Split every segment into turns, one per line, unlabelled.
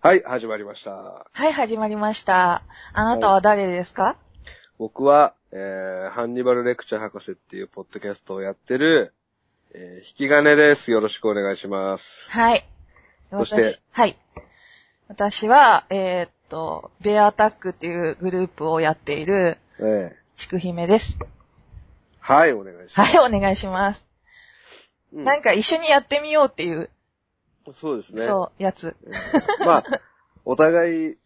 はい、始まりました。
はい、始まりました。あなたは誰ですか
僕は、えー、ハンニバルレクチャー博士っていうポッドキャストをやってる、えー、引き金です。よろしくお願いします。
はい。
そして
私はい。私は、えーっと、ベアアタックっていうグループをやっている、
ええ
ちくひめです。
はい、お願いします。
はい、お願いします。
う
なんか一緒にやってみようっていう、
そうですね。
そう、やつ。
えーまあ、お互い、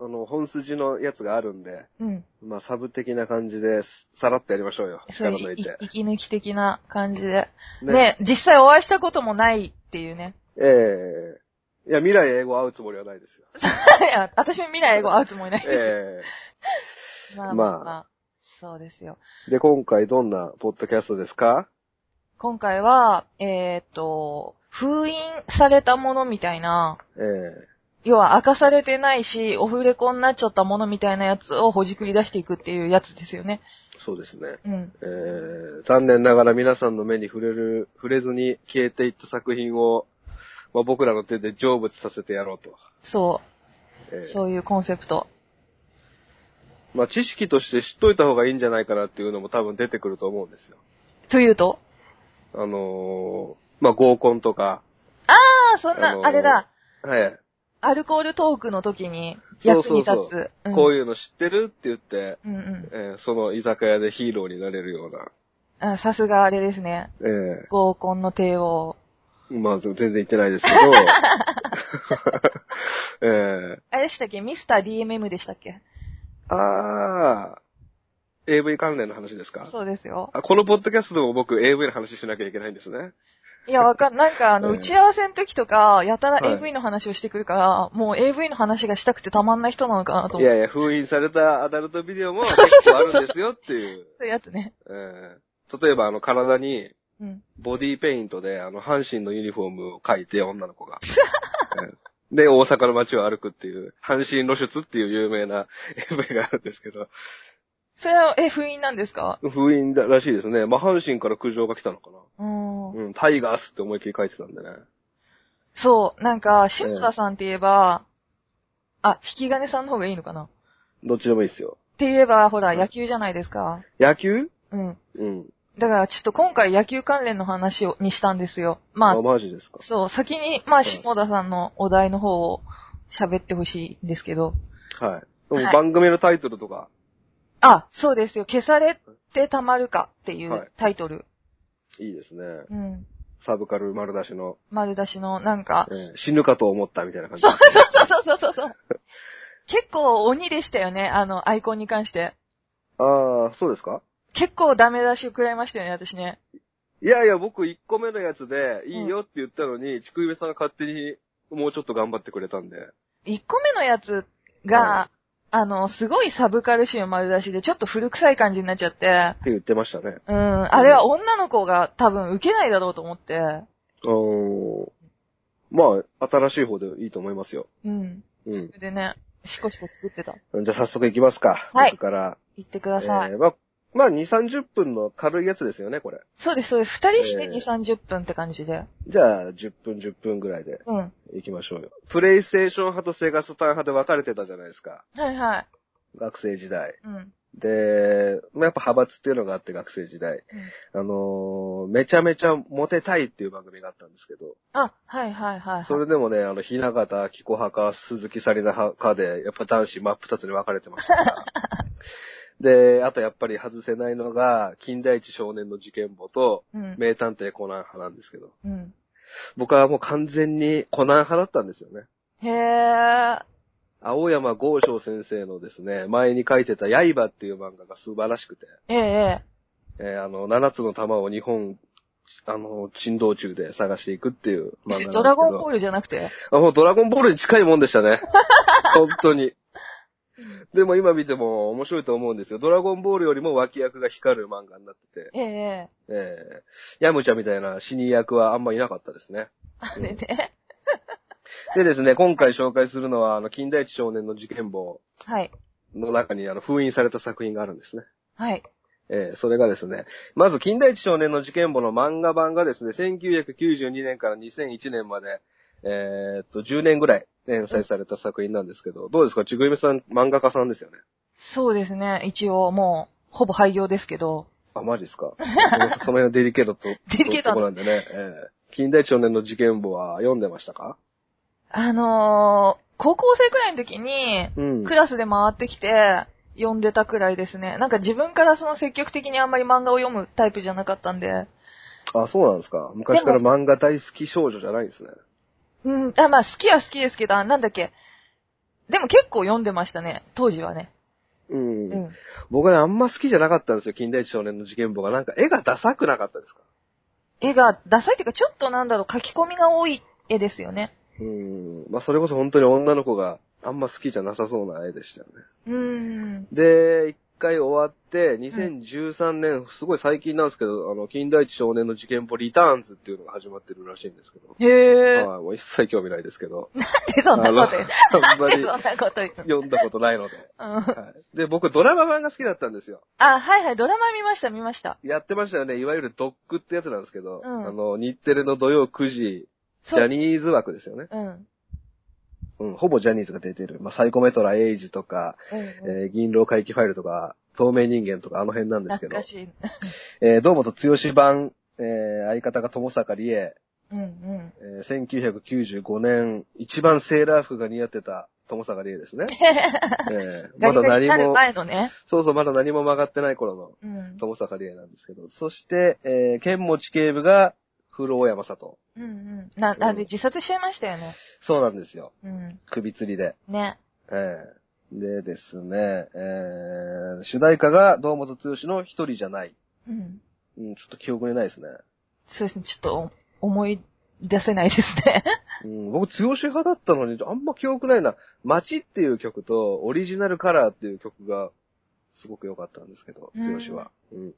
あの、本筋のやつがあるんで、
うん。
まあ、サブ的な感じで、さらっとやりましょうよ。
そう
力
い
抜
う、
いて。
い息抜き的な感じで。ね
ね
実際お会いしたこともないっていうね。
ええいや、未来英語会うつもりはない ですよ。
いや私も未来英語会うつもりないです。
え
ま
ま
あ。そうですよ。
えで、今回どんなポッドキャストですか
今回は、えーっと、封印されたものみたいな、
ええ
要は明かされてないし、オフレコになっちゃったものみたいなやつをほじくり出していくっていうやつですよね。
そうですね。
うん。
えー残念ながら皆さんの目に触れる、触れずに消えていった作品を、まあ、僕らの手で成仏させてやろうと。
そ
え
う。
ー
そういうコンセプト。
まあ、知識として知っといた方がいいんじゃないかなっていうのも多分出てくると思うんですよ。
というと
あのーまあ、合コンとか、
ああ、そんな、
あ
あ
のー
れだ。
はい、
アルコールトークの時に役に立つ。
そうそうこう
いう。
いうの知ってるって言って、
うんうん。
えーその居酒屋でヒーローになれるような、
あさすがあれですね。
え
合コンの帝王。
えまあ、全然言ってないですけど、え
あれでしたっけミスター DMM でしたっけ
ー、あー、AV 関連の話ですか
そうですよ。
あこのポッドキャストでも僕 AV の話しなきゃいけないんですね。
いや、わかん、なんか、あの、
ええ
打ち合わせの時とか、やたら
はい
AV の話をしてくるから、もう AV の話がしたくてたまんない人なのかなと
い
思っ
やいや、封印されたアダルトビデオも結
そうそう
構あ
そうそう
るんですよって いう。
てやつね。
えー例えば、あの、体に
うん。
ボディーペイントで、あの、阪神のユニフォームを描いて、女の子 が。えーで、大阪の街を歩くっていう、阪神露出っていう有名な AV があるんですけど、
それは、え、封印なんですか
封印だらしいですね。まあ、阪神から苦情が来たのかな。
うーん。
うん、タイガースって思いっきり書いてたんでね。
そう、なんか、篠田さんって言えば、あ、引き金さんの方がいいのかなっ
どっちでもいいですよ。
て言えば、ほら、
い
野球じゃないですか。
野球
うん。
うん。
だから、ちょっと今回野球関連の話を、にしたんですよ。まあ、
あ、マジですか。
そう、先に、まあ、
い
篠田さんのお題の方を喋ってほしいんですけど。
はい。でも
はい
番組のタイトルとか、
あ、そうですよ。消されてたまるかってい
はいう
タイトル。
いいですね。
うん。
サブカル丸出しの、
丸出しの、なんか。
えー死ぬかと思ったみたいな感じ
そう。そうそうそうそうそう。結構鬼でしたよね。あの、アイコンに関して。
ああ、そうですか
結構ダメ出しを食らいましたよね、私ね。
いやいや、僕1個目のやつで、いいよって言ったのに、ちくいべさんが勝手にもうちょっと頑張ってくれたんで。
1個目のやつ
は
が、あの、すごいサブカル集丸出しで、ちょっと古臭い感じになっちゃって、
って言ってましたね。
うん、あれは女の子が多分受けないだろうと思って、
おー。まあ、新しい方でいいと思いますよ。
うん。
う
それでね、シコシコ作ってた。
ん。じゃあ早速行きますか。
はい
僕から。
言ってください。
えーまあ、まあ、2、30分の軽いやつですよね、これ。
そうです、そうです。二人して
えー
2、30分って感じで。
じゃあ、10分、10分ぐらいで
うん。は
行きましょうよ。プレイステーション派とセガサターン派で分かれてたじゃないですか。
いはい。
学生時代。
うん。
で、まあ、やっぱ派閥っていうのがあって学生時代。あのーめちゃめちゃモテたいっていう番組があったんですけど、
あ、はいはいはいはい。
それでもね、あの、ひな形、キコ派か、鈴木紗理奈派かで、やっぱ男子真っ二つに分かれてました から。で、あとやっぱり外せないのが、近代一少年の事件簿と、
うん。
名探偵コナン派なんですけど、
うん。
僕はもう完全にコナン派だったんですよね。
へー。
青山豪昌先生のですね、前に書いてた刃っていう漫画が素晴らしくて、
えええ
えーあの、七つの玉を日本、あの、珍道中で探していくっていう漫画なんですけ
え。
ど。
ドラゴンボールじゃなくて
あ、もうドラゴンボールに近いもんでしたね。 本当に。でも今見ても面白いと思うんですよ。ドラゴンボールよりも脇役が光る漫画になってて、
ええええ。
えー、ヤムチャみたいな死に役はあんまいなかったですね。
あれね。
でですね、今回紹介するのは、あの、近代一少年の事件簿
はい。
の中に、あの、封印された作品があるんですね。
はい。
えーそれがですね、まず近代一少年の事件簿の漫画版がですね、1992年から2001年まで、えーっと、10年ぐらい連載された作品なんですけど、どうですかちぐいみさん漫画家さんですよね。
そうですね。一応、もう、ほぼ廃業ですけど。
あ、マジですかその その辺はデリケートと、
デリケート
とこなんでね。ええ近代少年の事件簿は読んでましたか
あのー、高校生くらいの時に、
うん。
クラスで回ってきて、読んでたくらいですね。なんか自分からその積極的にあんまり漫画を読むタイプじゃなかったんで。
あ、そうなんですか。昔から漫画大好き少女じゃないんですね。
うん、あ、まあ好きは好きですけど、あなんだっけ。でも結構読んでましたね、当時はね。
うん。
うん。
僕はね、あんま好きじゃなかったんですよ。近代少年の事件簿が。なんか絵がダサくなかったですか
絵がダサいっていうか、ちょっとなんだろう、書き込みが多い絵ですよね。
うん。まあ、それこそ本当に女の子があんま好きじゃなさそうな絵でしたよね。
うーん。
で、一回終わって、2013年、すごい最近なんですけど、あの、近代一少年の事件簿リターンズっていうのが始まってるらしいんですけど。
へえ。
はい、もう一切興味ないですけど。
で、そんなこと言う。
あのあんま
で、
り
そんなこと言う。
読んだことないので。
うん。
はい、で、僕ドラマ版が好きだったんですよ。
あ、はいはい、ドラマ見ました、見ました。
やってましたよね。いわゆるドックってやつなんですけど、
うん
あの、日テレの土曜9時、ジ
そう
ャニーズ枠ですよね。
うん。うん
うん、ほぼジャニーズが出てる。まあ、サイコメトラエイジとか、
うん。
えー銀狼回帰ファイルとか、透明人間とかあの辺なんですけど
懐か、しい。
えー、堂本剛版、えー、相方が友坂理恵、
うんうん。
えー、1995年、一番セーラー服が似合ってた友坂理恵 ですね。えー、
ガ
ま
リガ
だ
リにな
何
る
も、
前のね。
そうそう、まだ何も曲がってない頃の
うん。
友坂理恵なんですけど、そして、えー、剣持警部が、古尾山里。
うんうん。な、なんで自殺しちゃいましたよね。
そうなんですよ。
うん。
首吊りで。
ね。
ええでですね、ええ主題歌が堂本剛の一人じゃない。
うん。
うん、ちょっと記憶にないですね。
そうですね、ちょっとお思い出せないですね。
うん、僕、剛派だったのに、あんま記憶ないな。街っていう曲と、オリジナルカラーっていう曲が、すごく良かったんですけど、
うん
剛は。うん。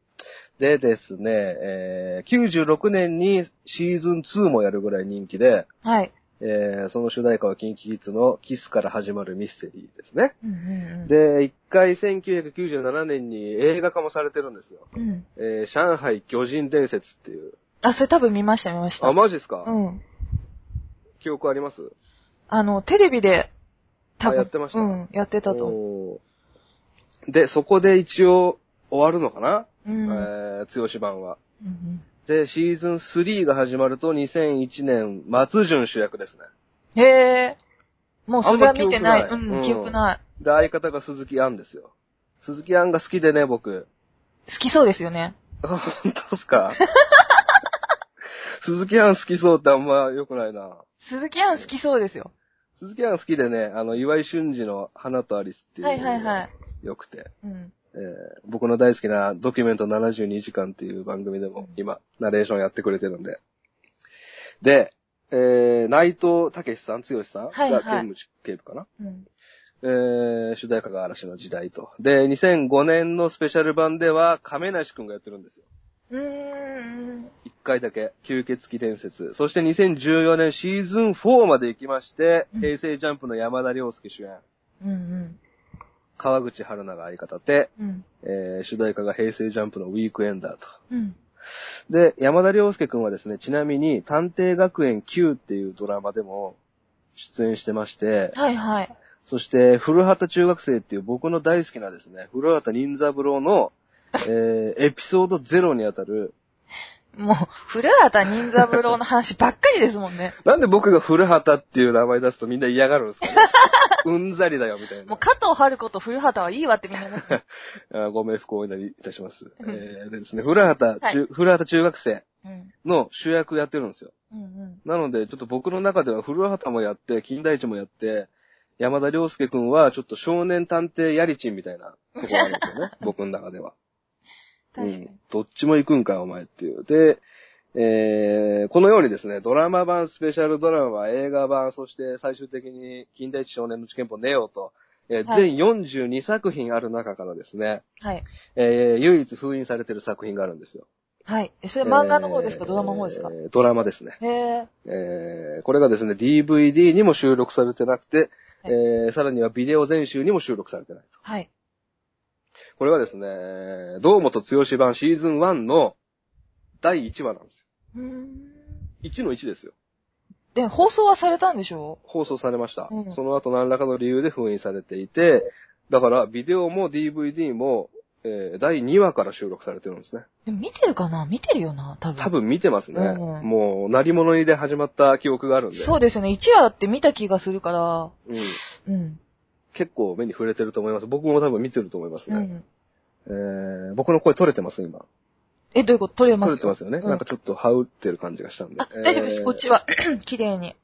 でですね、ええ96年にシーズン2もやるぐらい人気で、
はい。
ええその主題歌は KinKiKids のキスから始まるミステリーですね。
うんうんうん。、
で、一回1997年に映画化もされてるんですよ。
うん。
えー、上海巨人伝説っていう。
あ、それ多分見ました、見ました。
あ、マジですか、
うん。
記憶あります
あの、テレビで、多分。
あやってました
うん、やってたと。
おーで、そこで一応終わるのかな、
うん。
え
うん
ー、強し版は。
うん
で、シーズン3が始まると2001年、松潤主役ですね。
へえ。もうそれは見てない。
あん
う
ま
ん、
記
記
憶
憶
な
な
で、相方が鈴木杏ですよ。鈴木杏が好きでね、僕。
い。好きそうですよね。
あ本当っす か鈴木杏好きそうってあんま良くないな。
鈴木杏好きそうですよ。
鈴木杏好きでね、あの、岩井俊二の花とアリスっていう
はいはい
の
は
が
い。
良くて、
うん。
えー僕の大好きなドキュメント72時間っていう番組でも今、ナレーションやってくれてるんで。で、えー、内藤武さん、剛さん
はいは
が
い
剣持警部かな、
うん。
えー、主題歌が嵐の時代と。で、2005年のスペシャル版では亀梨くんがやってるんですよ。
うーん。
1回だけ、吸血鬼伝説。そして2014年シーズン4まで行きまして、
うん
平成ジャンプの山田涼介主演。
うんうん。
川口春奈が相方で、
うん。
えー主題歌が平成ジャンプのウィークエンダーと。
うん。
で、山田涼介くんはですね、ちなみに、探偵学園 Q っていうドラマでも出演してまして、
はいはい。
そして、古畑中学生っていう僕の大好きなですね、古畑任三郎の、えーエピソード0にあたる、
もう、古畑任三郎の話ばっかりですも んね。
なんで僕が古畑っていう名前出すとみんな嫌がるんですか ねうんざりだよ、みたい
もう
な。
加藤春子と古畑はいいわってみんな思って。
あーご冥福をお祈りいたします。えーでですね、古畑中、
は
古畑中学生
うん。
の主役やってるんですよ。
うん
なので、ちょっと僕の中では古畑もやって、金田一もやって、山田涼介くんはちょっと少年探偵やりちんみたいなところあるんですよね。 僕の中では。
確か
う
に
ん。どっちも行くんか、お前っていう。で、えー、このようにですね、ドラマ版、スペシャルドラマ、映画版、そして最終的に金田一少年の事件簿ネオと、えー
はい
全42作品ある中からですね、
はい。
えー、唯一封印されてる作品があるんですよ。
はい。えそれ漫画の方ですか、
えー
ドラマの方ですか
えードラマですね。
へえ。
えーこれがですね、DVD にも収録されてなくて、
はい
えーさらにはビデオ全集にも収録されてないと。
はい。
これはですね、えー堂本剛版シーズン1の第1話なんです
うーん。
よ。1の1ですよ。
で、放送はされたんでしょ
放送されました。
うん
その後何らかの理由で封印されていて、だからビデオも DVD も、えー第2話から収録されてるんですね。
でも見てるかな見てるよな、多分。
多分見てますね。
うん
もう、鳴り物入りで始まった記憶があるんで。
そうですよね。1話って見た気がするから、
うん。
うん。
結構目に触れてると思います。僕も多分見てると思います
う
ね。
ん。
えー、僕の声取れてます、今。
え、どういうこと取れま
取
す
れてますよね。
うん
なんかちょっと羽織ってる感じがしたんで。
あ、大丈夫で
え
す。
ー
こっちは。 綺麗に。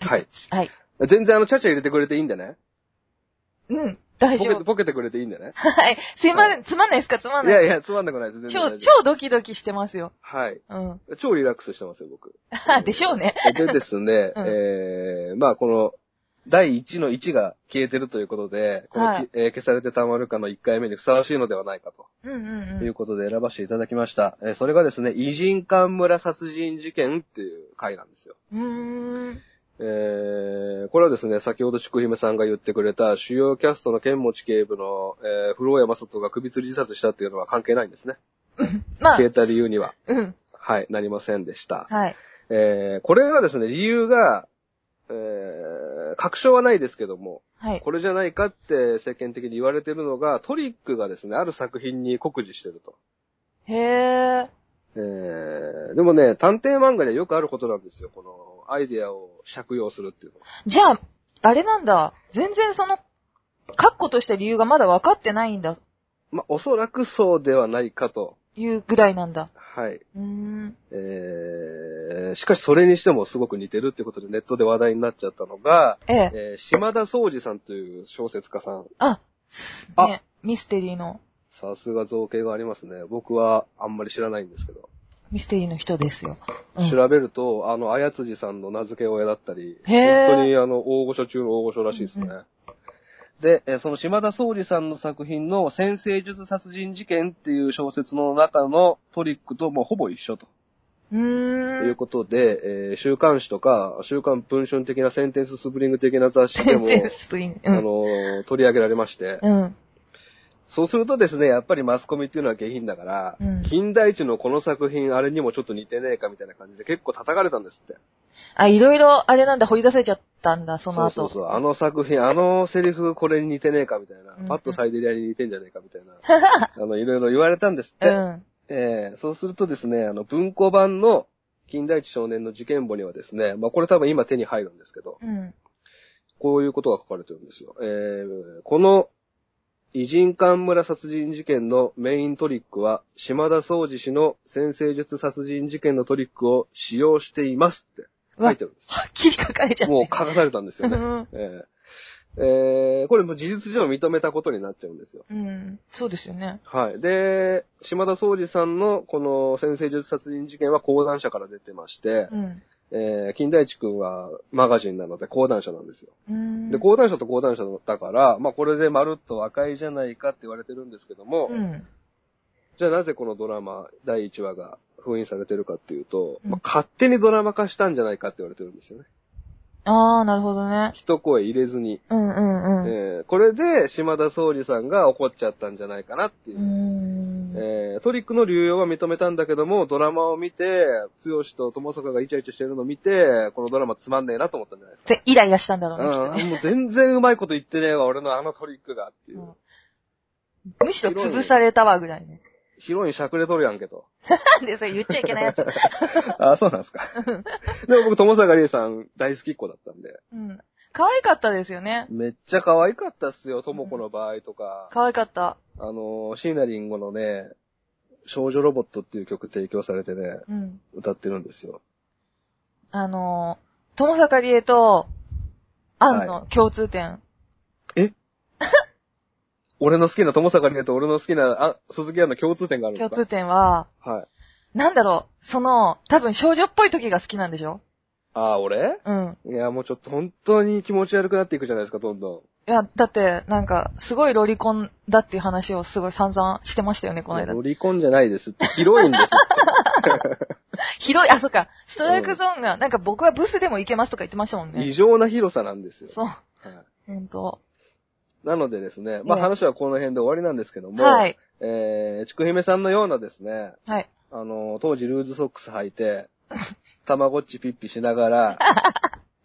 はい。
はい。
全然あの、ちゃちゃ入れてくれていいんでね。
うん。大
ボ
丈
ケ
夫。
ボケてくれていいんでね。
はい。すいません。つまんないですかつまん
い
ない。
やいや、つまんなくないです。全然大
超、
丈夫。
超ドキドキしてますよ。
はい。
うん。
超リラックスしてますよ、 僕。
でしょうね。
でですね、
うん
えー、まあこの、第1の1が消えてるということで、このき、
はい
えー消されてたまるかの1回目にふさわしいのではないか
うんうん
と
う
い
ん
う。ことで選ばせていただきました。えーそれがですね、偉人館村殺人事件っていう回なんですよ。
うーん。
えー、これはですね、先ほど祝姫さんが言ってくれた主要キャストの剣持警部の、えー、古尾山里が首吊り自殺したっていうのは関係ないんですね。
まあ
消え、た理由には、
うん。
はい、なりませんでした。
はい。
えー、これがですね、理由が、えー、確証はないですけども、
はい。
これじゃないかって世間的に言われてるのが、トリックがですね、ある作品に酷似してると。
へえ。
えー、でもね、探偵漫画ではよくあることなんですよ。この、アイデアを借用するっていうのは。
じゃあ、あれなんだ。全然その、確固とした理由がまだ分かってないんだ。
まあ、おそらくそうではないかと。
いうぐらいなんだ。
はい。
うーん。
えー、しかしそれにしてもすごく似てるってことでネットで話題になっちゃったのが、
ええ。
えー、島田総司さんという小説家さん。
あ、
あ
ね、ミステリーの、
さすが造形がありますね。僕はあんまり知らないんですけど。
ミステリーの人ですよ。うん
調べると、あの、あやつじさんの名付け親だったり、
へー
本当にあの、大御所中の大御所らしいですね。
うんう
で、えその島田総理さんの作品の先生術殺人事件っていう小説の中のトリックともうほぼ一緒と
う
い
ー。
うんことで、えー週刊誌とか、週刊文春的なセンテンススプリング的な雑誌で
全
も、
然スプリン。
あ
う
の
ん。
ー取り上げられまして、
うん。
そうするとですね、やっぱりマスコミっていうのは下品だから、
うん
近代一のこの作品あれにもちょっと似てねえかみたいな感じで結構叩かれたんですって。
あ、いろいろ、あれなんだ、掘り出されちゃったんだ、その後。
そうそうそう。あの作品、あのセリフこれに似てねえかみたいな。
うん
パッとサイデリアに似てんじゃねえかみたいな。あの、いろいろ言われたんですって。
うん。
えーそうするとですね、あの、文庫版の近代一少年の事件簿にはですね、まあこれ多分今手に入るんですけど、
うん。
こういうことが書かれてるんですよ。えーこの、偉人館村殺人事件のメイントリックは、島田総司氏の先生術殺人事件のトリックを使用していますって書いてるん で
はっきり書かれちゃ
す。
った。
もう書かされたんですよ ね。
うん
えーえーこれもう事実上認めたことになっちゃうんですよ。
うん。そうですよね。
はい。で、島田総司さんのこの先生術殺人事件は講談社から出てまして、
うん。
えー金田一くんはマガジンなので講談社なんですよ。
うーん。
で、講談社と講談社だから、まあこれでまるっと和解じゃないかって言われてるんですけども、
うん。
じゃあなぜこのドラマ第1話が封印されてるかっていうと、
うん
まあ勝手にドラマ化したんじゃないかって言われてるんですよね。
あー、なるほどね。
一声入れずに。
うんうんうん。
えーこれで島田総理さんが怒っちゃったんじゃないかなっていうう。
ーん。
えートリックの流用は認めたんだけども、ドラマを見て、剛と友坂がイチャイチャしてるのを見て、このドラマつまんねえなと思ったんじゃないですか。
で、イライラしたんだろうねきっと
う
ね。
ん、もう全然うまいこと言ってねえわ、俺のあのトリックがっていうう。
んむしろ潰されたわ、ぐらいね。
ヒロインしゃくれとるやんけと。
なんでそれ言っちゃいけない やつ。
あ、そうなんですか。でも僕、友坂理恵さん大好きっ子だったんで、
うん。可愛かったですよね。
めっちゃ可愛かったっすよ、とも子の場合とか。
可愛かった。
あの、シーナリンゴのね、少女ロボットっていう曲提供されてね、
うん。
歌ってるんですよ。
あのー、友坂理恵と、アンの共通点。
俺の好きな友坂理恵と俺の好きなあ鈴木アンの共通点があるんで
共
すか
通点は、
はい。
なんだろう、その、多分少女っぽい時が好きなんでしょ
あー、俺
うん。
いや、もうちょっと本当に気持ち悪くなっていくじゃないですか、どんどん。
いや、だって、なんか、すごいロリコンだっていう話をすごい散々してましたよね、この間
ロ。リコンじゃないです って、ヒロインですって。
広い、あ、そっか、ストライクゾーンが、なんか僕はブスでもいけますとか言ってましたもん
異
ね。
常な広さなんですよ。
そう、
はい
ほんと。
なのでですね、まあ
ええ
話はこの辺で終わりなんですけども、
はい。
えー、ちくひめさんのようなですね、
はい。
あの、当時ルーズソックス履いて、たまごっちピッピしながら、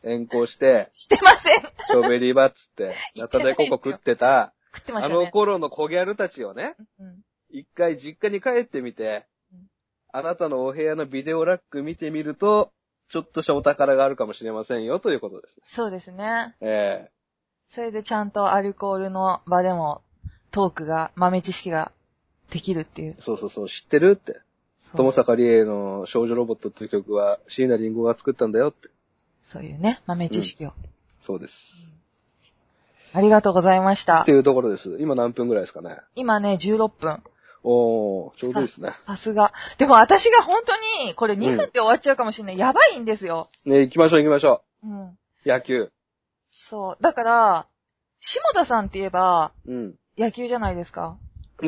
遠行して、
してません
ストロベリーバッツ って、
言
ナ
って
タ
ない
デ
です
コ
よ
コ食ってた、
食ってまし
あ
た
の
ね。
頃の小ギャルたちをね、
うん
一回実家に帰ってみて
うん、
あなたのお部屋のビデオラック見てみると、ちょっとしたお宝があるかもしれませんよということですね。
そうですね。
え
それでちゃんとアルコールの場でもトークが、豆知識ができるっていう
え。そうそうそう、知ってるって。
そう
友坂理恵の少女ロボットという曲は、椎名林檎が作ったんだよって。
そういうね、豆知識を。
そうです。
ありがとうございました
って。いうところです。今何分ぐらいですかね。
今ね、16分。
おー、ちょうどいいですね。
さすが。でも私が本当に、これ2分で終わっちゃうかもしれない。やばいんですよ。
ね行きましょう行きましょ
うん。
う。野球。
そう。だから、下田さんって言えば、
うん。
野球じゃないですか。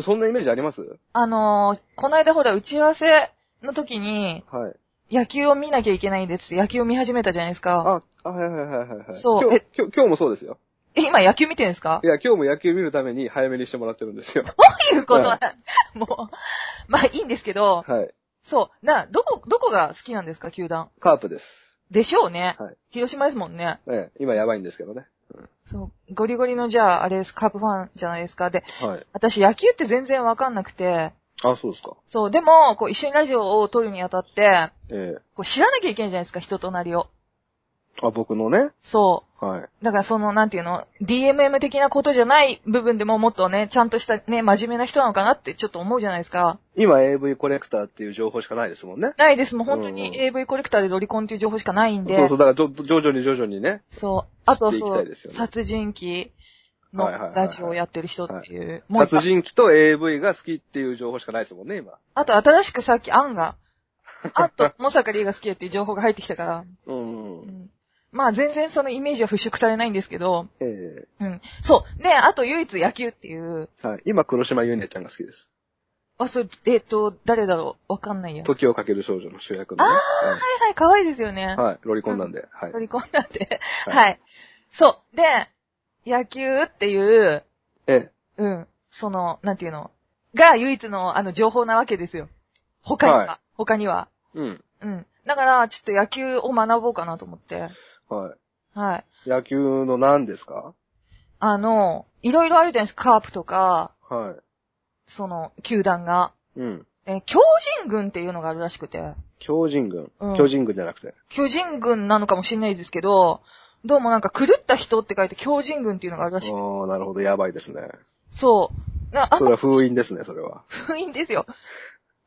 そんなイメージあります
あのーこの間ほら、打ち合わせの時に、
はい。
野球を見なきゃいけないんです。野球を見始めたじゃないですか。
あ、あ、はいはいはいはいはい。
そう
今日
え
今日今日もそうですよ。
え、今野球見てるんですか
いや、今日も野球見るために早めにしてもらってるん ですよ。
ということは、もう、まあいいんですけど、
はい。
そう、な、どこ、どこが好きなんですか、球団。
カープです。
でしょうね。
はい
広島ですもんね。
ええ、今やばいんですけどね。
そう、ゴリゴリのじゃあ、あれです、カープファンじゃないですか。で、
はい。
私野球って全然わかんなくて、
あ、そうですか。
そう、でも、こう一緒にラジオを撮るにあたって、
ええ。
こう知らなきゃいけないじゃないですか、人となりを。
あ、僕のね。
そ
はい。
う。だからその、なんていうの、DMM 的なことじゃない部分でももっとね、ちゃんとしたね、真面目な人なのかなってちょっと思うじゃないですか。
今 AV コレクターっていう情報しかないですもんね。
ないです。もう本当
うんう
に
ん
AV コレクターでロリコンっていう情報しかないんで。
そうそう、だからじょ徐々に徐々にね。
そう。あと、
知っていき
そ
た
う、
いですよね
殺人鬼の
はいはいはいはい
ラジオをやってる人っていう。もう一
殺
回、
人鬼と AV が好きっていう情報しかないですもんね、今。
あと新しくさっきア ンが、アンとモサカリーが好きだっていう情報が入ってきたから、
うん
う
うん。
んまあ全然そのイメージは払拭されないんですけど、
え
うん。そう。ね、あと唯一野球っていう、
えはい。今、黒島ゆねちゃんが好きです。
あ、それ、えっ、と、誰だろうわかんないや。は
時をかける少女の主役のね。
いはい、可愛いですよね
うん。はい。ロリコンなんで。はい。
取り込んだって。
はい
はい。そう。で、野球っていう、
ええ。
うん。その、なんていうの。が唯一の、あの、情報なわけですよ。他には。
は
他には。
うん。
うん。だから、ちょっと野球を学ぼうかなと思って。
は
は
い。
い。
野球の何ですか
あの、いろいろあるじゃないですか。カープとか、
は
その、球団が。
い。うん。
えー、強人軍っていうのがあるらしくて。
巨人軍。
うん
巨人軍じゃなくて。
巨人軍なのかもしれないですけど、どうもなんか狂った人って書いて強人軍っていうのがあるらしくて。
ああ、なるほど。やばいですね。
そう。なあ
そ
んま
れは封印ですね、それは。
不意ですよ。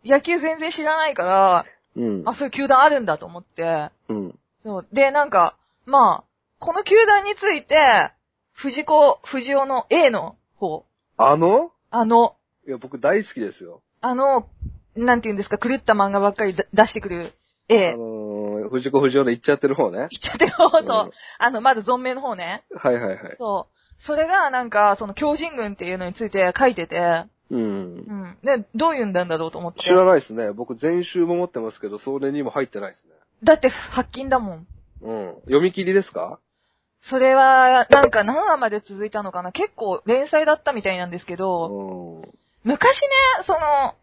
野球全然知らないから、
うん。
あ、そういう球団あるんだと思って。
うん。
そう。で、なんか、まあ、この球団について、藤子、藤尾の A の方、
あの
あの、
いや、僕大好きですよ。
あの、なんて言うんですか、狂った漫画ばっかりだ出してくる
あ
A。
のー、藤子不二雄の言っちゃってる方ね。
言っちゃってる方、
ん
そう。あの、まず存命の方ね。
はいはいはい。
そう。それが、なんか、その、強人軍っていうのについて書いてて、
うん
う。ん。で、どういうんだんだろうと思って
知。らないですね。僕、前週も持ってますけど、それにも入ってないですね。
だって、発禁だもん。
うん。読み切りですか
それは、なんか何話まで続いたのかな結構連載だったみたいなんですけ
う
ど、
ん。は
昔ね、その、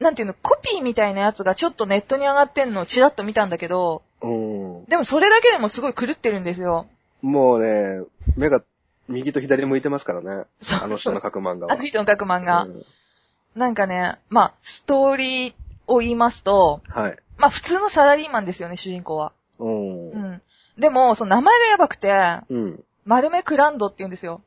なんていうの、コピーみたいなやつがちょっとネットに上がってんのをチラッと見たんだけど、
うん。
でもそれだけでもすごい狂ってるんですよ。
もうね、目が右と左向いてますからね。
そう
あの人の書く漫画
あ
は
の。人の書く漫画
う。ん
なんかね、まあ、ストーリーを言いますと、
はい。
まあ普通のサラリーマンですよね、主人公は。
うん
う。ん。でも、その名前がやばくて、
うん。
丸目クランドって言うんですよ。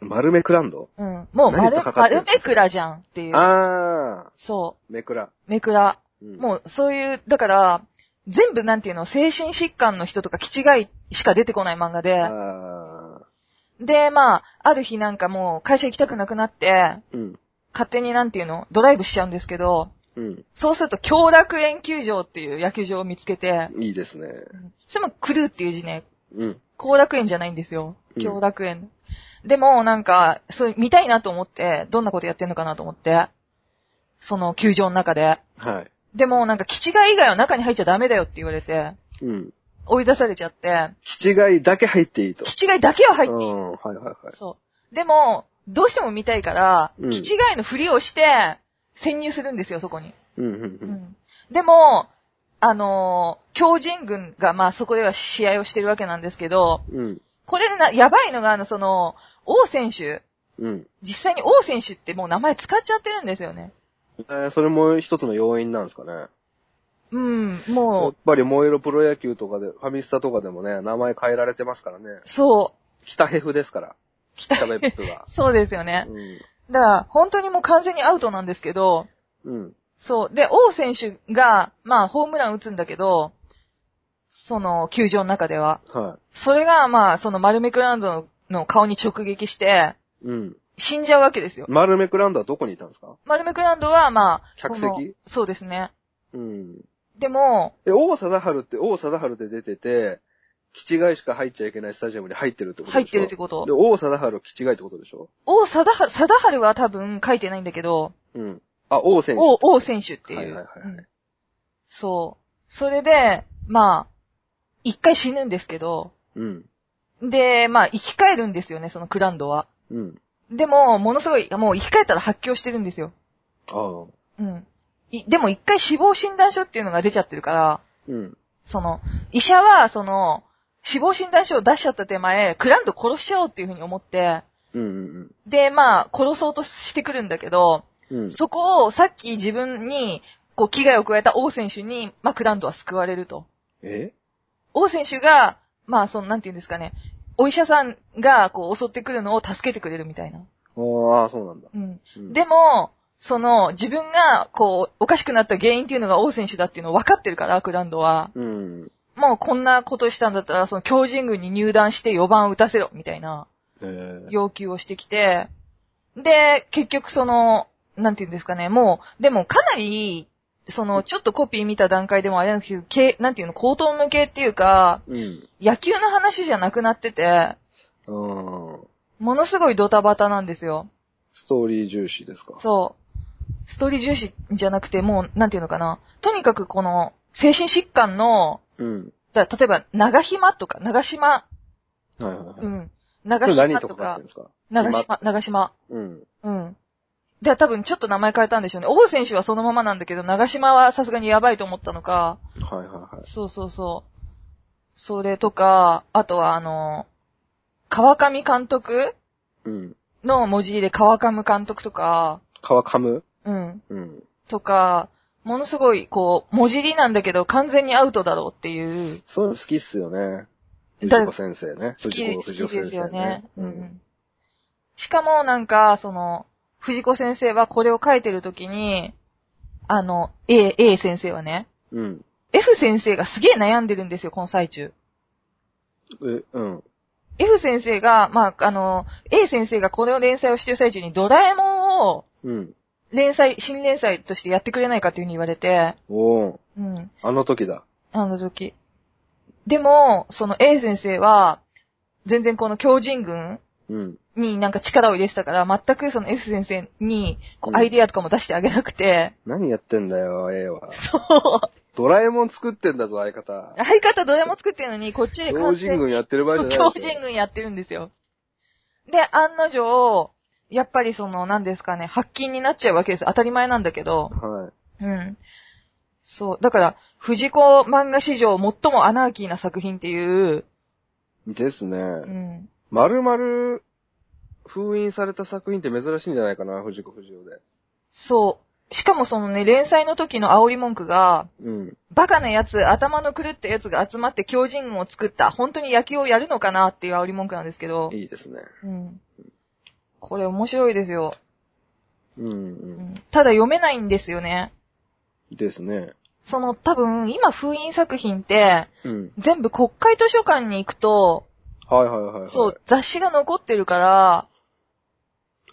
丸めくらんど
うん。もう
何
丸
とか、かってる
丸目クラじゃんっていう。
あ
そ
ー、めくら。
う。目クラ。
も
もう、そういう、だから、全部なんていうの、精神疾患の人とか、気違いしか出てこない漫画
うん。
で、
あ
で、まあ、ある日なんかもう、会社行きたくなくなって、
ー、うん。
勝手になんていうの、ドライブしちゃうんですけど、
うん。
そうすると、京楽園球場っていう野球場を見つけて、
いいですね。
それも、クルーっていう字ね、
うん。
後楽園じゃないんですよ。
うん
京楽園。でも、なんか、そう、見たいなと思って、どんなことやってんのかなと思って、その、球場の中で。
はい。
でも、なんか、気違い以外は中に入っちゃダメだよって言われて、
うん。
追い出されちゃって、
気違いだけ入っていいと。
気違いだけは入っ
う
ていい。
ん。はいはいはい。
そう。でも、どうしても見たいから、
うん
気違いのふりをして、潜入するんですよ、そこに。
うんうんう。
うんん。でも、あのー強靭軍が、まあそこでは試合をしてるわけなんですけど、
うん。
これでな、やばいのが、あの、その、王選手、
うん。
実際に王選手ってもう名前使っちゃってるんですよね。
えーそれも一つの要因なんですかね。
うん、
や
も
っぱり燃えろプロ野球とかで、ファミスタとかでもね、名前変えられてますからね。
う、そ
北ヘフですから。
う、北。
北別府が
そうですよね
う。ん。
だから、本当にもう完全にアウトなんですけど、
うん。
そう。で、王選手が、まあ、ホームラン打つんだけど、その、球場の中では。
は
それが、まあ、その、マルメクランドのの顔に直撃して、
い。うん。
死んじゃうわけですよ。
マルメクランドはどこにいたんですか
マルメクランドは、まあ、
客席
そのそうですね。
うん。
でも、
え、王貞治って、王貞治って出てて、基地外しか入っちゃいけないスタジアムに入ってるってことでしょ
入ってるってこと
で、。王貞治は基地外ってことでしょ
王貞治、貞治は多分書いてないんだけど、
うん。あ、王選手。
王、王選手っていう。
はいはいはいはい
うんそう。それで、まあ、一回死ぬんですけど、
うん。
で、まあ、生き返るんですよね、そのクランドは。
うん。
でも、ものすごい、もう生き返ったら発狂してるんですよ。
ああ。
うん。いでも一回死亡診断書っていうのが出ちゃってるから、
うん。
その、医者は、その、死亡診断書を出しちゃった手前、クランド殺しちゃおうっていうふうに思って、
うんうん
で、まあ、殺そうとしてくるんだけど、
うん。うん。
そこをさっき自分に、こう、危害を加えた王選手に、まあ、クランドは救われると。
え
王選手が、まあ、その、なんていうんですかね、お医者さんが、こう、襲ってくるのを助けてくれるみたいな。
ああ、そうなんだ。
うん。
うん、
でも、その、自分が、こう、おかしくなった原因っていうのが王選手だっていうのを分かってるから、クランドは。
うん。
もうこんなことしたんだったら、その強靭軍に入団して4番打たせろ、みたいな
えー、
要求をしてきて、で、結局その、なんていうんですかね、もう、でもかなり、その、ちょっとコピー見た段階でもあれなんですけど、けなんていうの、高等向けっていうか、
うん。
野球の話じゃなくなってて、
ああ。
ものすごいドタバタなんですよ。
ストーリー重視ですか。
そう。ストーリー重視じゃなくて、もう、なんていうのかな。とにかくこの、精神疾患の、
うん。
だ例えば、長島とか、長島、
はいはいはい。
うん。
こ
長
れ
島
何
と
とかかって
か
ん、ですか
長島、長島。
うん。
うん。で、多分ちょっと名前変えたんでしょうね。王選手はそのままなんだけど、長島はさすがにやばいと思ったのか、
はいはいはい。
そうそうそう。それとか、あとはあの、川上監督
うん。
の文字入れ、川上監督とか、
川噛む
うん。
うん。
とか、ものすごい、こう、文字入りなんだけど、完全にアウトだろうっていう。
そういうの好きっすよね。
だ
藤子先生ね。
好き、
藤
好
子
き
不二雄
ですよ
先生
ね。う
うん。
ん。しかも、なんか、その、藤子先生はこれを書いてるときに、あの、A、A 先生はね、
うん。
F 先生がすげえ悩んでるんですよ、この最中。
え、うん。
F 先生が、まあ、あの、A 先生がこれを連載をしてる最中にドラえもんを
うん。
連載、新連載としてやってくれないかっていうふうに言われて、
おー。
うん。
あの時だ。
あの時。でも、その A 先生は、全然この強靭軍
うん。
になんか力を入れてたから、全くその F 先生に、こ
うん
う、アイディアとかも出してあげなくて、
何やってんだよ、A は。
そう
ドラえもん作ってんだぞ、相方。
相方どれも作ってるのに、こっちで
強
完
人
全に
軍やってる場合じゃない
強
でしょ。
靭軍やってるんですよ。で、案の定、やっぱりその、何ですかね、発禁になっちゃうわけです。当たり前なんだけど、
はい。
うん。そう。だから、藤子漫画史上最もアナーキーな作品っていう、
ですね。
うん。
丸々封印された作品って珍しいんじゃないかな、藤子不二雄で。
そう。しかもそのね、連載の時の煽り文句が、
うん。
バカなやつ、頭の狂ったやつが集まって強人軍を作った。本当に野球をやるのかなっていう煽り文句なんですけど。
いいですね。
うん。これ面白いですよ。
うん、
う
うん。
ん、ただ読めないんですよね。
ですね。
その多分、今封印作品って、
うん。
全部国会図書館に行くと、
はいはいはい、はい。
そう、。雑誌が残ってるから、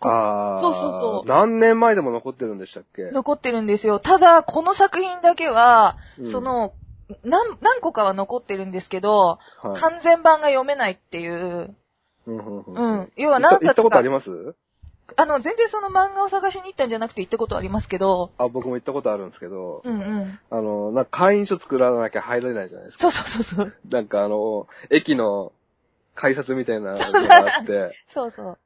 ああ。
そうそうそう
何年前でも残ってるんでしたっけ
残ってるんですよ。ただ、この作品だけは、
うん
その、何、何個かは残ってるんですけど、
はい。
完全版が読めないっていう。
うんうんう。
うんん。要は
行
何
った行っ
冊
たこと
か
あり。ます
あの、全然その漫画を探しに行ったんじゃなくて行ったことありますけど。
あ、僕も行ったことあるんですけど、
うんうん。
あの、なんか会員証作らなきゃ入られないじゃないですか。
そうそうそうそう。
なんかあの、駅の改札みたいなのがあって、
そうそう。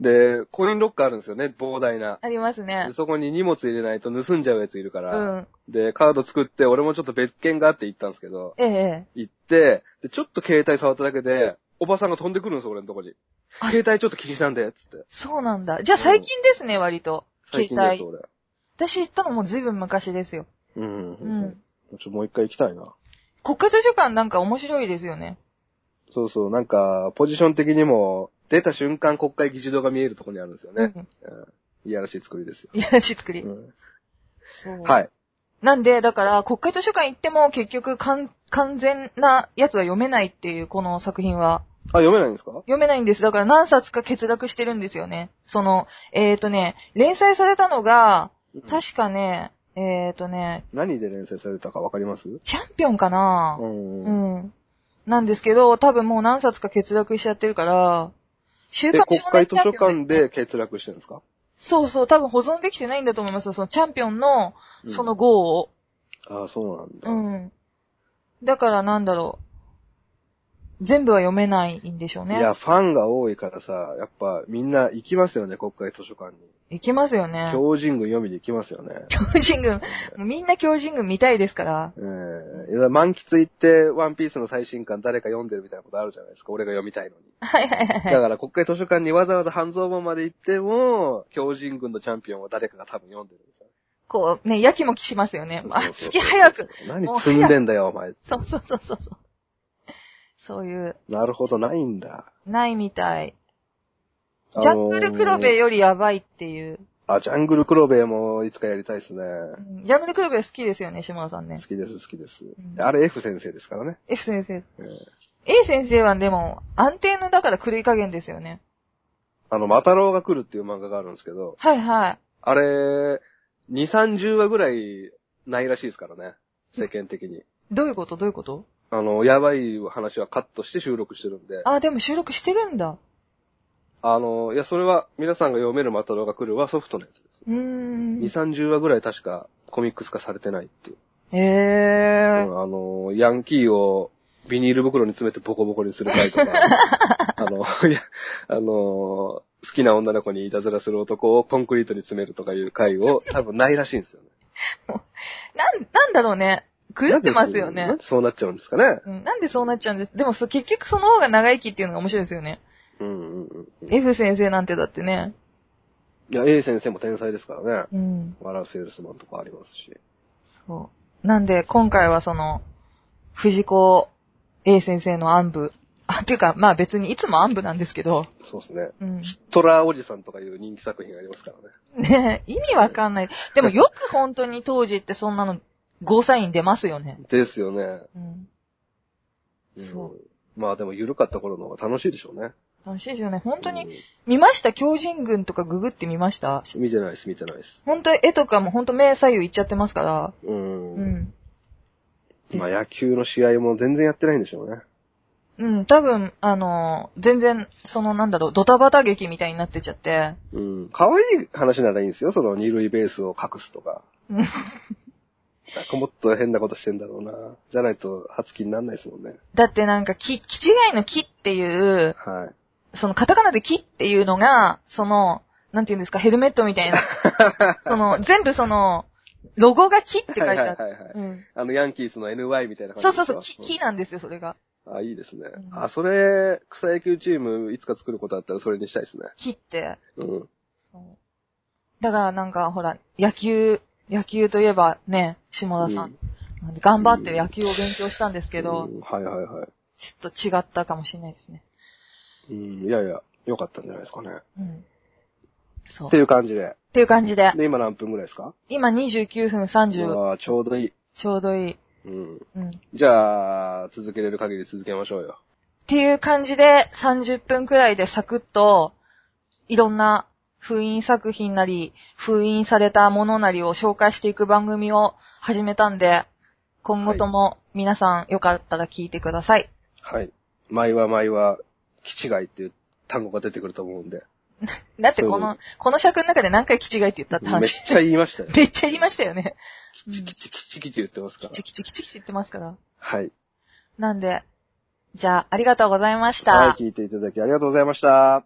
で、コインロッカーあるんですよね、膨大な。
ありますね
で。そこに荷物入れないと盗んじゃうやついるか
う
ら、
ん。
で、カード作って、俺もちょっと別件があって行ったんですけど、
ええ。
行って、で、ちょっと携帯触っただけで、おばさんが飛んでくるんですよ、俺のとこに。
あ
携帯ちょっと気になんで、つって。
そうなんだ。じゃあ最近ですね、割と。
最近で
携
す、
帯。
俺。
私行ったのもずいぶん昔ですよ。
うん。
うん。
ちょ、もう一回行きたいな。
国家図書館なんか面白いですよね。
そうそう、なんか、ポジション的にも、出た瞬間国会議事堂が見えるところにあるんですよね。
うん。
いやらしい作りですよ。
いやらしい作り
う。ん
そう
はい。
なんで、だから、国会図書館行っても結局完、完全なやつは読めないっていう、この作品は。
あ、読めないんですか
読めないんです。だから何冊か欠落してるんですよね。その、えーとね、連載されたのが、確かね、えーとね、
何で連載されたかわかります
チャンピオンかな
うん
う。ん。なんですけど、多分もう何冊か欠落しちゃってるから、週
で、
刊
国
少
会図
年チ
書
ャンピオン
館で欠落してるんですか
そうそう、多分保存できてないんだと思いますよ。そのチャンピオンの、
うん
その号を。
ああ、そうなんだ。
うん。だからなんだろう。全部は読めないんでしょうね。
いや、ファンが多いからさ、やっぱみんな行きますよね、国会図書館に。
いきますよね。
強人軍読みに行きますよね。
狂人軍。みんな狂人軍見たいですから。
ええいや満喫行って、ワンピースの最新刊誰か読んでるみたいなことあるじゃないですか、俺が読みたいのに。
はいはいはいは
だから国会図書館にわざわざ半蔵門まで行っても、強人軍のチャンピオンは誰かが多分読んでるんですよ。
い。こう、ね、やきもきしますよね。あ、
そうそうそう
好き早く。。も
何
う
積んでんだよ、お前。
そうそうそうそうそう。そういう、
なるほど、ないんだ。
ないみたい。ジ
あ
ャ
の
ン
ー
グルクロベよりやばいっていう。
あ、ジャングルクロベもいつかやりたいですね。
うんジャングルクロベ好きですよね、島田さんね
好。きです、好きです。
ん
あれ F 先生ですからね。
F 先生。
ええ
A 先生はでも、安定のだから狂い加減ですよね。
あの、マタロウが来るっていう漫画があるんですけど、
はいはい。
あれ、2、30話ぐらいないらしいですからね。世間的に。
どういうことどういうこと
あの、やばい話はカットして収録してるんで、
あ、でも収録してるんだ。
あの、いや、それは皆さんが読めるマタロウが来るはソフトのやつです。
うーん。
2、30話ぐらい確かコミックス化されてないっていう。
ええ
うんあの、ヤンキーをビニール袋に詰めてボコボコにする 回とか、あの、いや、あの、好きな女の子にいたずらする男をコンクリートに詰めるとかいう回を多分ないらしいんですよね。
なん、なんだろうね。狂ってますよ
なん
ね。
でそうなっちゃうんですかね。
うん、なんでそうなっちゃうんですでもそ、結局その方が長生きっていうのが面白いですよね。
うんうんうんうん。
F 先生なんてだってね。
いや、A 先生も天才ですからね。
うん。
笑うセールスマンとかありますし。
そう。なんで、今回はその、藤子 A 先生の暗部。あ、っていうか、まあ別にいつも暗部なんですけど。
そうですね。
うん。
トラーおじさんとかいう人気作品がありますからね。
ねえ、意味わかんない。でもよく本当に当時ってそんなの、ゴーサイン出ますよね。
ですよね。
うん。
ん
そう
まあでも緩かった頃の方が楽しいでしょうね。
楽しいですよね。本当に、
に。
見ました狂人軍とかググって見ました
見てないです、見てないです。
本当絵とかも本当目左右いっちゃってますから。
う。
うんん。
まあ野球の試合も全然やってないんでしょうね。
うん、多分、あのー全然、そのなんだろう、ドタバタ劇みたいになってちゃって。
うん。可愛い話ならいいんですよ、その二塁ベースを隠すとか。
うん
なんかもっと変なことしてんだろうな。じゃないと初期になんないですもんね。
だってなんか、き、気違いの木っていう、
はい。
そのカタカナで木っていうのが、その、なんていうんですか、ヘルメットみたいな。その、全部その、ロゴが木って書いて
は
あ
い
る。
はいはいはい。
うん。
あの、ヤンキースの NY みたいな
そ
感
う
じで
そう
すか
そう、木、木なんですよ、それが。
あ、いいですね
う。ん
あ、それ、草野球チーム、いつか作ることあったらそれにしたいですね。
木って。
うん。
そうだからなんか、ほら、野球、野球といえばね、下田さ
うん
ん。なんで頑張って野球を勉強したんですけど、
うんはいはいは
ちょっと違ったかもしれないですね。
い。うん、いやいや、よかったんじゃないですかね。
うん。そう。っ
っていう感じで。
ていう感じで、
で、今何分ぐらいですか
今29分30、
ああ、ちょうどいい。
ちょうどいい。
うん。
うん。っ
じゃあ、続けれる限り続けましょうよ。
ていう感じで、30分くらいでサクッと、いろんな封印作品なり、封印されたものなりを紹介していく番組を始めたんで、今後とも皆さんよかったら聞いてください。
はい。毎は毎は、気違いっていう単語が出てくると思うんで。
だってこ
そうだ
の、この尺の中で何回気違いって言ったって
めっ
話。
ちゃ言いましたよ。
めっちゃ言いましたよね。
キチキチキチキチ言ってますから
キ。チキチキチキチ言ってますから。
はい。
なんで、じゃあ、ありがとうございました。
はい、聞いていただきありがとうございました。